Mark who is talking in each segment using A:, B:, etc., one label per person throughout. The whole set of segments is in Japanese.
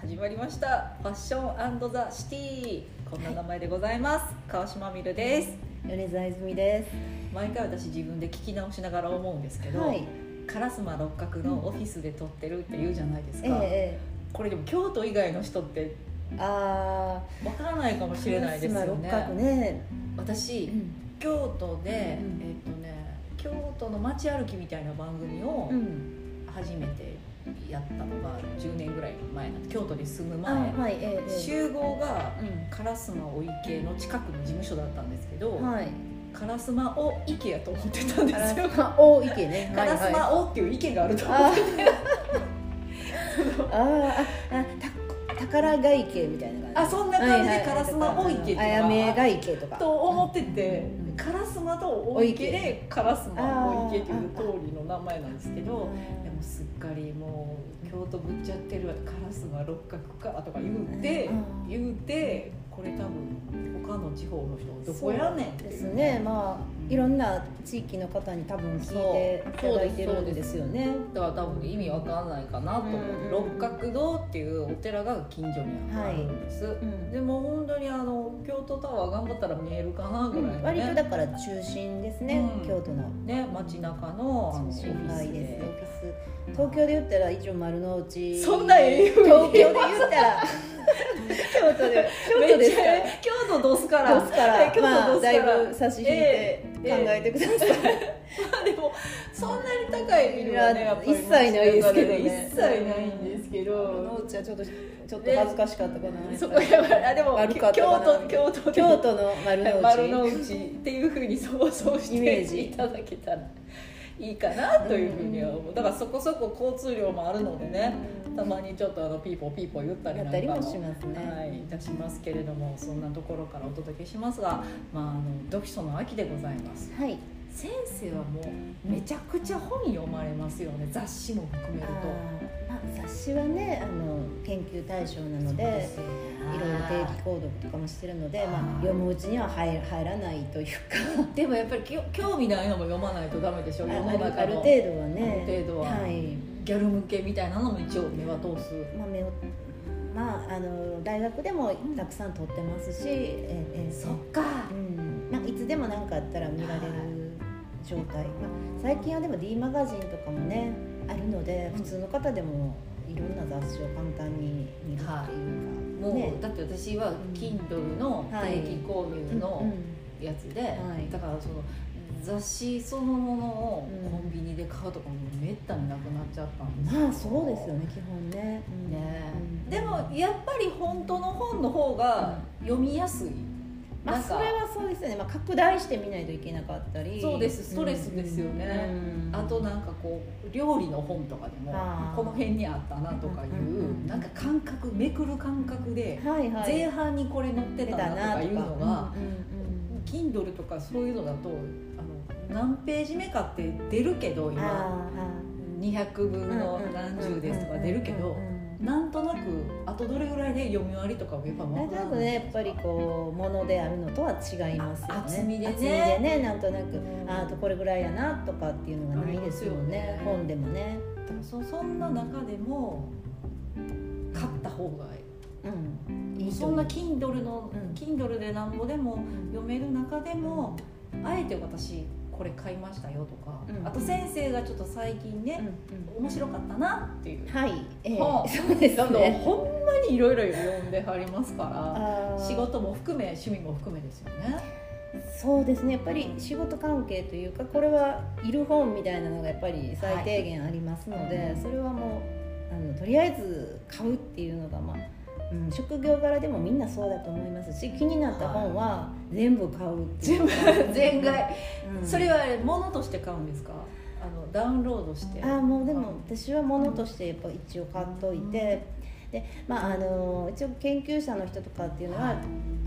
A: 始まりましたファッションザシティこんな名前でございます、川島みるです
B: 米沢泉で
A: 毎回私自分で聞き直しながら思うんですけ
B: す。
A: ど、
B: はい。
A: カラスマ六角のオフィスで撮ってるって言うじゃないです
B: え
A: か、
B: え
A: これでも京都以外の人って
B: ええあ
A: わからないかも
B: あ。
A: しれないですよ
B: 六
A: ね
B: 角ね。
A: 私、
B: うん。
A: 京都で、
B: うん
A: えっとね京都の街歩きみたいな番組を
B: うん。
A: 初めてやったのが10年ぐらい前なんで京都に住む
B: あ
A: 前、
B: はいえええ
A: 集合が
B: え。う
A: 烏丸お池の近くの事務所だったんですけど
B: ん。はい。
A: 烏丸を池やと思ってたんですよ
B: あ大池ね。はい
A: 烏
B: はい
A: 丸をっていう池があると思っ
B: あ
A: て
B: ーあーああた宝貝池みたいな感じ。
A: あそんな感じ
B: はい
A: で
B: はい
A: 烏丸お池っていうの
B: あ
A: が
B: やめ貝池とか。
A: と思ってて
B: うん
A: 烏丸とお池で烏丸お池っていう
B: あ
A: 通
B: ー
A: りの名前なんですけ
B: あ
A: ど
B: ー
A: でもすっかりもう京都ぶっちゃってるわ烏丸六角かとか言うて
B: うん
A: 言うてこれ多分他の地方の人どこやねんって
B: で
A: い
B: す
A: う
B: ね。まあいろんな地域の方に多分聞いていただいてるんですよね。
A: だから多分意味わかんないかなと思って、
B: うんうん
A: 六角堂っていうお寺が近所にあるんです、
B: うん
A: でも本当にあの京都タワー頑張ったら見えるかなぐらいの、ね
B: 割とだから中心ですね
A: うん。
B: 京都の。
A: ね街中のあのオフ
B: 心
A: ィ
B: 配
A: ス
B: で
A: です
B: オフィス東京で言ったら一応丸の内
A: そんなええ
B: 東京で言った ら京都で京都
A: め
B: で
A: っ
B: す
A: ち
B: か
A: ゃ京都どうすからら
B: どうすか
A: はい
B: ら
A: 京都
B: ま
A: ど
B: あ
A: うすか
B: だ
A: ら
B: いぶ差し引いて
A: え
B: 考
A: え
B: えてください、
A: でもそんなに高いビルはねやっぱり
B: 一切ないですけどね
A: 一切ないんですけ
B: 丸の
A: ど、
B: 内はちょっとちょっと恥ずかしかったかな、
A: そこやばいあでも
B: 悪
A: 京
B: かったかな
A: 都京都で
B: 京都の丸の内
A: 丸の内っていうふうに想像し
B: イメ
A: て
B: ージ
A: いただけたらいいかなというふうには思うだからそこそこ交通量もあるのでねたまにちょっとあのピーポーピーポー言ったり
B: や
A: な
B: っ
A: ん
B: た
A: か
B: り
A: も
B: もしますね、
A: はい、いたしますけれどもそんなところからお届けしますが、まあ、あの読書の秋でございます
B: はい
A: 先生はもうめちゃくちゃ本読まれますよね雑誌も含め
B: あ
A: る
B: ーまあ雑誌はねあの研究対象な
A: と
B: ので
A: そうすよね
B: いろいろ定期購読とかもしてるので、
A: あ
B: ま
A: ー
B: あ、読むうちには入入らないというか
A: でもやっぱりきょ興味ないのも読まないとダメでしょ
B: あ
A: 世の
B: あるあ
A: 中
B: る
A: の
B: 程度はね
A: ある程度は
B: はい
A: ギャル向けみたいなのも一応目は通す
B: まあ目をまあ、あの大学でもたくさん取ってますし、えええ
A: か
B: うん、なんかいつでも何かあったら見られる状態、まあ、最近はでも D マガジンとかもねあるので普通の方でもいろんな雑誌を簡単に見るっていうか、
A: もう、
B: ね
A: だって私は Kindle の
B: はい
A: 定期購入
B: うんう
A: の
B: ん
A: やつで、
B: はい
A: だからその雑誌そのものを
B: うん
A: コンビニで買うとかもめったになくなっちゃったんですよ
B: まあそうですよね基本ね,うん、
A: ね
B: うん
A: でもやっぱり本当の本の方が読みやすい、
B: ま
A: な
B: あ
A: んか
B: それはそうですよね、まあ、拡大して見ないといけなかったり
A: そうですストレスですよね
B: うん
A: あとなんかこう料理の本とかでも
B: あー
A: この辺にあったなとかいう、
B: うん
A: なんか感覚めくる感覚で、
B: はいはい
A: 前半にこれ載ってたなとかいうのが、
B: うんうん、
A: Kindle とかそういうのだとあの何ページ目かって出るけど今
B: あ
A: 200
B: あ
A: 分の何十ですとか出るけど
B: うんうん
A: なんとなくあとどれぐらいで読み終わりとかもやっぱ
B: な
A: 分
B: ん
A: か
B: と
A: らな
B: なく
A: い
B: ねやっぱりこうものであるのとは違いますよね
A: あ厚みでね
B: 厚みでねなんとなく、
A: うん
B: ああとこれぐらいやなとかっていうのがないですよ
A: あります
B: ね
A: よね
B: 本でもね、
A: だからそそんな中でも買った方がいい。
B: うん、
A: そんな Kindle の、
B: うん
A: Kindle でなんぼでも読める中でもあえて私これ買いましたよとか、
B: うん
A: あと先生がちょっと最近
B: うん
A: ね、
B: う
A: 面白かったなっていう、
B: ん、はい、ええ
A: はあ
B: そうです
A: だから
B: ね
A: ほんまにいろいろ読んではりますか
B: あ
A: ら
B: ー
A: 仕事も含め趣味も含めですよね
B: そうですねやっぱり仕事関係というかこれはいる本みたいなのがやっぱり最低限ありますので、
A: はい
B: それはもうあのとりあえず買うっていうのが、まあうん、職業柄でもみんなそうだと思いますし気になった本は全部買うってい
A: 全
B: う
A: 部
B: か、
A: 全買
B: うん
A: それは物として買うんですかあのダウンロードして
B: あーもうでも私は物としてやっぱ一応買っといて、でまああの一応研究者の人とかっていうのは、
A: はい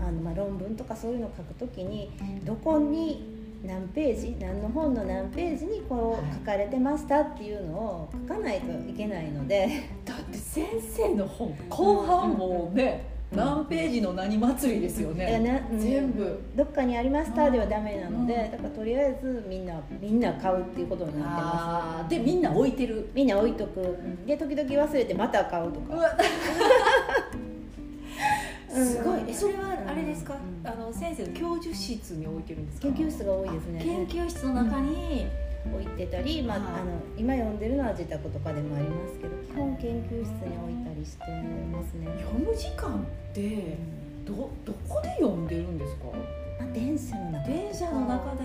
B: あのまあ論文とかそういうのを書くときにどこに何ページ何の本の何ページに
A: は
B: こ
A: いう
B: 書かれてましたっていうのを書かないといけないので、
A: だって先生の本後半もね、
B: うん
A: 何ページの何祭りですよ
B: いや
A: ね、
B: なうん
A: 全部
B: どっかにありましたではダメなので、
A: うん
B: だからとりあえずみんなみんな買うっていうことになってま
A: あーでみんな置いてる
B: すみんな置いとくで時々忘れてまた買うとか
A: うわ
B: うん
A: すごいえそれはあれですか、
B: うん
A: あの先生の教授室に置いてるんですか
B: 研究室が多いです
A: あ
B: ね
A: 研究室の中に、
B: 置いてたり、まあ、あ
A: はい
B: の今読んでるのは自宅とかでもありますけど基本研究室に置いたりしてますね、
C: 読む時間ってどどこで読んでるんですか
B: あ電車の中、
A: 電車の中で、
B: う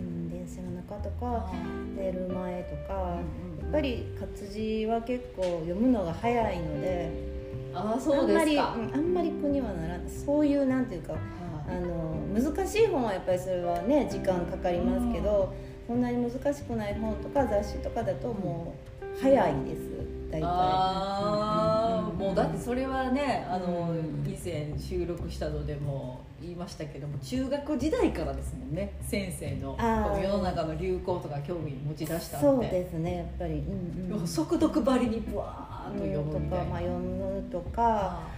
B: ん、電車の中と
A: あ
B: か寝る前とか
A: ー、
B: やっぱり活字は結構読むのが早いので
A: あーそう
B: あん
A: で
B: ま
A: す
B: り、
A: か
B: うんあんまり苦にはならないそういうなんていうかあの難しい本はやっぱりそれはね時間かかりますけど、そんなに難しくない本とか雑誌とかだともう早いです大体。
A: あーもうだってそれはねあの
B: うん
A: 以前収録したのでも言いましたけども中学時代からですもんね先生の
B: あー
A: こう世の中の流行とか興味持ち出したんで
B: そうですねやっぱり、うんうん、
A: 速読ばりにブワーッと読む
B: と
A: みた
B: か、
A: い
B: まあ、
A: な。
B: 読むとか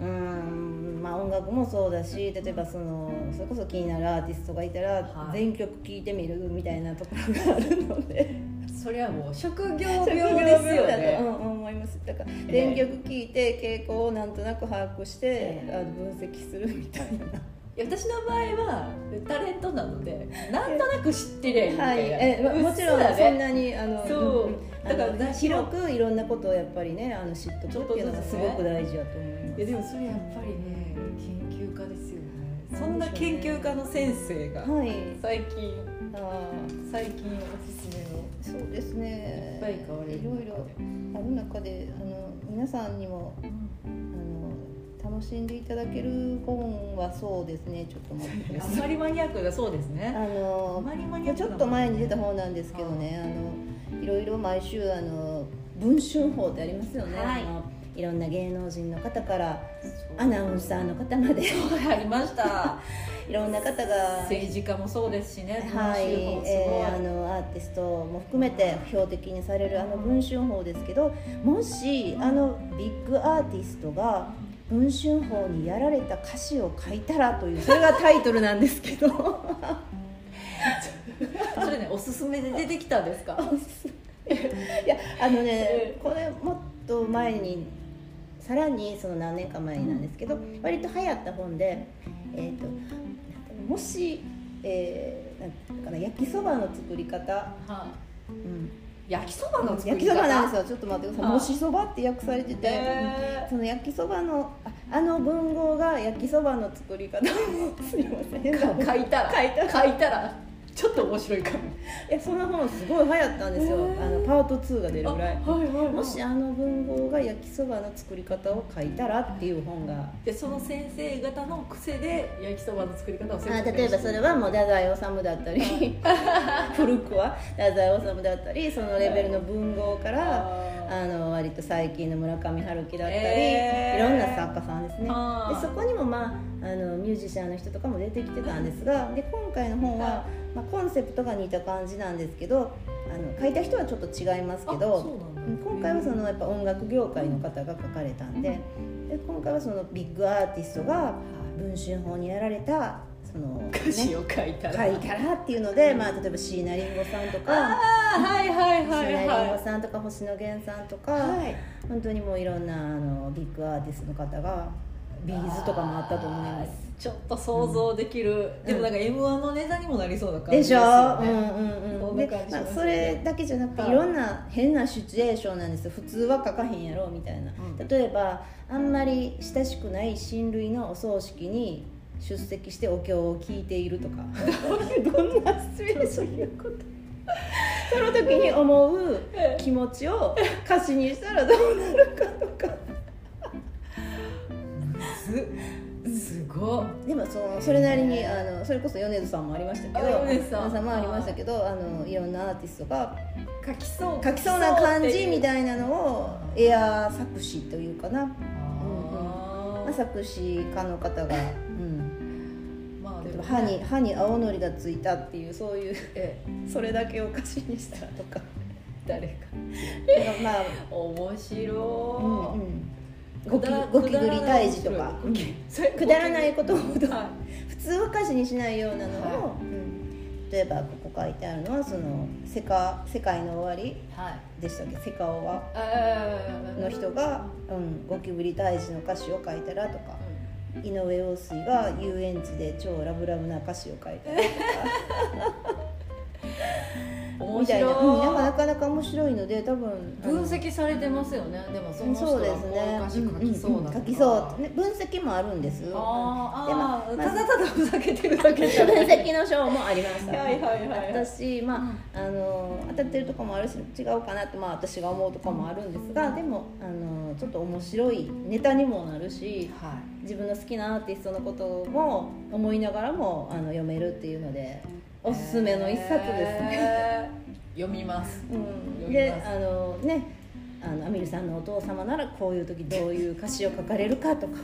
B: うん、まあ、音楽もそうだし例えばそのそれこそ気になるアーティストがいたら
A: はい
B: 全曲聴いてみるみたいなところがあるので
A: それはもう職業病ですよ
B: だと、う
A: ね。
B: んうん、思いますだから全曲聴いて傾向をなんとなく把握して、
A: ええ
B: あの分析するみたい
A: いや私の場合はタレントなのでなんとなく知ってりゃいいみ
B: な、は
A: た
B: い
A: いな、
B: えまあ
A: う
B: も
A: っ
B: ち
A: す
B: ろ
A: ら
B: んそん
A: ね
B: なにあの
A: そうだ
B: だ
A: か
B: からら広くいろんなことをやっぱりねあの知っとくっていうのがすごく大事だと思います
A: いやでもそれやっぱりね研究家ですよねそんな研究家の先生が
B: はい
A: 最近
B: あー
A: 最近おすすめの
B: そうです
A: い
B: ね
A: っぱい買われる
B: いろいろある中であの皆さんにもあの楽しんでいただける本はそうですねちょっと待ってくだ
A: あ
B: さ
A: ん
B: い
A: まりマニアックだそうです
B: あ
A: ね あ
B: の
A: まりマニアック
B: ちょっと前に出た本なんですけどねあのいろいろ毎週あの文春法ってありますよね、
A: はい
B: あのいろんな芸能人の方からア
A: あ
B: ナウンサーの方まで
A: ありました
B: いろんな方が
A: 政治家もそうですしね
B: はい、
A: 文集もすごい
B: えーあのアーティストも含めて標的にされるあの文春法ですけどもしあのビッグアーティストが文春法にやられた歌詞を書いたらというそれがタイトルなんですけど
A: それねおすすめで出てきたんですか
B: いやあのね
A: え
B: これもっと前にさらにその何年か前になんですけど割と流行った本で、えー、ともし、えーなんていうのかな焼きそばの作り方、
A: は
B: うん
A: い焼きそばの作り方
B: 焼きそばなんですよちょっと待ってください
A: あ
B: もしそばって訳されてて、
A: え
B: その焼きそばのああの文豪が焼きそばの作り方をすいません
A: ーか書いたら
B: 書いた
A: 書いたらちょっと面白いかも
B: いやその本すごい流行ったんですよ、
A: へー
B: あのパート2が出るぐらい
A: はいはいはい
B: もしあの文豪が焼きそばの作り方を書いたらっていう本が
A: でその先生方の癖で焼きそばの作り方を説明
B: あ
A: して
B: 例えばそれはもう太宰治だった り古くは太宰治だったりそのレベルの文豪から、
A: あ
B: あの割と最近の村上春樹だったり、
A: えー
B: いろんな作家さんですねで
A: あー
B: そこにも、まあ、あのミュージシャンの人とかも出てきてたんですがで今回の本は、まあ、コンセプトが似た感じなんですけどあの書いた人はちょっと違いますけど
A: そう
B: うん今回はそのやっぱ音楽業界の方が書かれたんでで今回はそのビッグアーティストが文春法にやられたその、ね、
A: 歌
B: 書
A: 詞
B: い
A: を書いたら、
B: たらっていうので、まあ、例えば椎名林檎さんとか。
A: あーはいはい
B: 椎
A: はい
B: 名
A: は
B: 林
A: い
B: 檎さんとか星野源さんとか、
A: はい
B: 本当にもういろんなあのビッグアーティストの方がビーズとかもあったと思いま
A: あ
B: す
A: ーちょっと想像できる、でもなんか m 1のネタにもなりそうな感じ
B: でしょう
A: ね
B: んうん
A: そ
B: うんん
A: な
B: で
A: 感じし
B: ま
A: ま
B: あ、
A: すよ
B: それだけじゃなくて
A: はい
B: いろんな変なシチュエーションなんですよ普通は書かへんやろみたいな、
A: うん
B: 例えばあんまり親しくない親類のお葬式に出席してお経を聞いているとか どんなシチュエーションいうこと その時に思う気持ちを歌詞にしたらどうなるかとか
A: すすごっ
B: でもそのそれなりにあのそれこそ米津さんもありましたけど
A: あ米津さん
B: 皆もありましたけどあのいろんなアーティストが
A: 書きそう
B: 書きそうな感じみ
A: い
B: たいなのをエアー作詞というかな、まあ、作詞家の方が、うん、
A: まあ
B: 例
A: で
B: え
A: も
B: ば歯に歯に青のりがついたっていうそう いう
A: え
B: それだけを歌詞にしたとか
A: 誰か
B: なんかまあ、
A: 面
B: う
A: 白
B: ん
A: い、
B: うん、ゴキ
A: くだら
B: ゴキグリ退治とか
A: 面白いゴキそれ
B: くだらないことを
A: ゴキグリはい
B: 普通は歌詞にしないようなのを、
A: は
B: うん例えばここ書いてあるのはその世界「世界の終わり
D: はい」
B: でしたっけ「世界は
D: あ
B: の人が、うん、ゴキブリ退治の歌詞を書いたらとか井上陽水が遊園地で超ラブラブな歌詞を書いたら
D: 面
B: みたいな、うん、なんか
D: 白
B: なかなか面白いので多分
D: い分析されてますよねでもその人
B: そう
D: は
B: で
D: こ
B: す
D: う歌
B: ね
D: 詞書きそうだとか
B: んんん書きそうね分析もあるんです
D: あーあー
B: でまあ
D: ただただふざけてるだけじゃな
B: 分
D: い
B: 析の賞もありました
A: はいはいはいはい
B: 私まああの当たってるとこもあるし違うかなって、まあ、私が思うとこもあるんですがでもあのちょっと面白いネタにもなるし
D: はい
B: 自分の好きなアーティストのことも思いながらもあの読めるっていうのでおすすめの一冊ですね。
D: へー読みます
B: うん、
D: 読み
B: で
D: ます
B: あのねあのアミルさんのお父様ならこういう時どういう歌詞を書かれるかとか、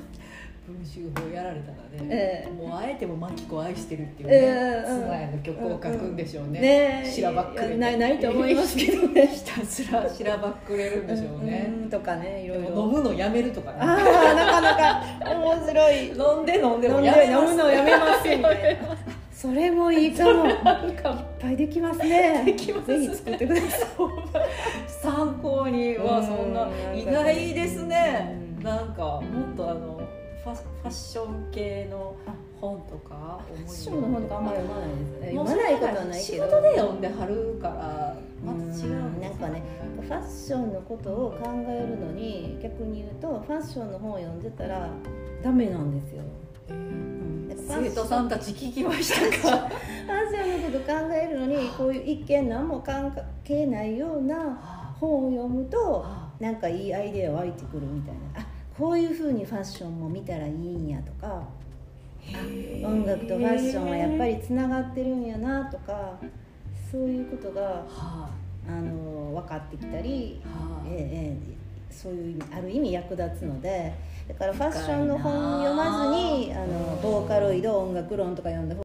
D: 文集法やられたら
B: え
D: ね、
B: え
D: もうあえてもマキコ愛してるっていう
B: え
D: ね、
B: えうん
D: スナヤの曲を書くんでしょうね,、
B: ねえ
D: しらばっくれて
B: ないないと思いますけどね
D: ひたすらしらばっくれ るんでしょうね、
B: うんとかねいろい
D: でも飲
B: ろ
D: むのやめるとか
B: あ
D: ね
B: あなかなか面白い
A: 飲んで飲んで
B: 飲
A: も
B: ん
A: や
B: で
A: め
B: 飲
A: ます
B: むのやめますみたいなそれもいいかもいっ
A: か
B: ぱいできますね
A: できます
B: ぜひ作ってください
A: 参考に
B: うん
A: はそんな
B: なん
A: 意
B: かね
A: 外ですね
B: うん
A: なんかもっとあのファファッション系の本とか
B: ファッションの本とかあんま読まないですね
A: もう
B: 読まないことはないけど
A: 仕事で読んではるからまた違うんですよね
B: うんなんかねファッションのことを考えるのに逆に言うとファッションの本を読んでたらダメなんですよ、
D: え
B: やっぱファ
D: ー
B: ッ
D: 生
B: ション
D: 徒さんたち聞きましたか
B: ファッションのこと考えるのにこういう一見何も関係ないような
D: あ
B: 本を読むと
D: あ
B: なんかいいアイデア湧いてくるみたいなあこういうふうにファッションも見たらいいんやとか 音楽とファッションはやっぱりつながってるんやなとかそういうことが
D: は
B: あの分かってきたり
D: い、は
B: え
D: い
B: えええそういう意味ある意味役立つのでだからファッションの本読まずにあのボーカロイド音楽論とか読んだ方が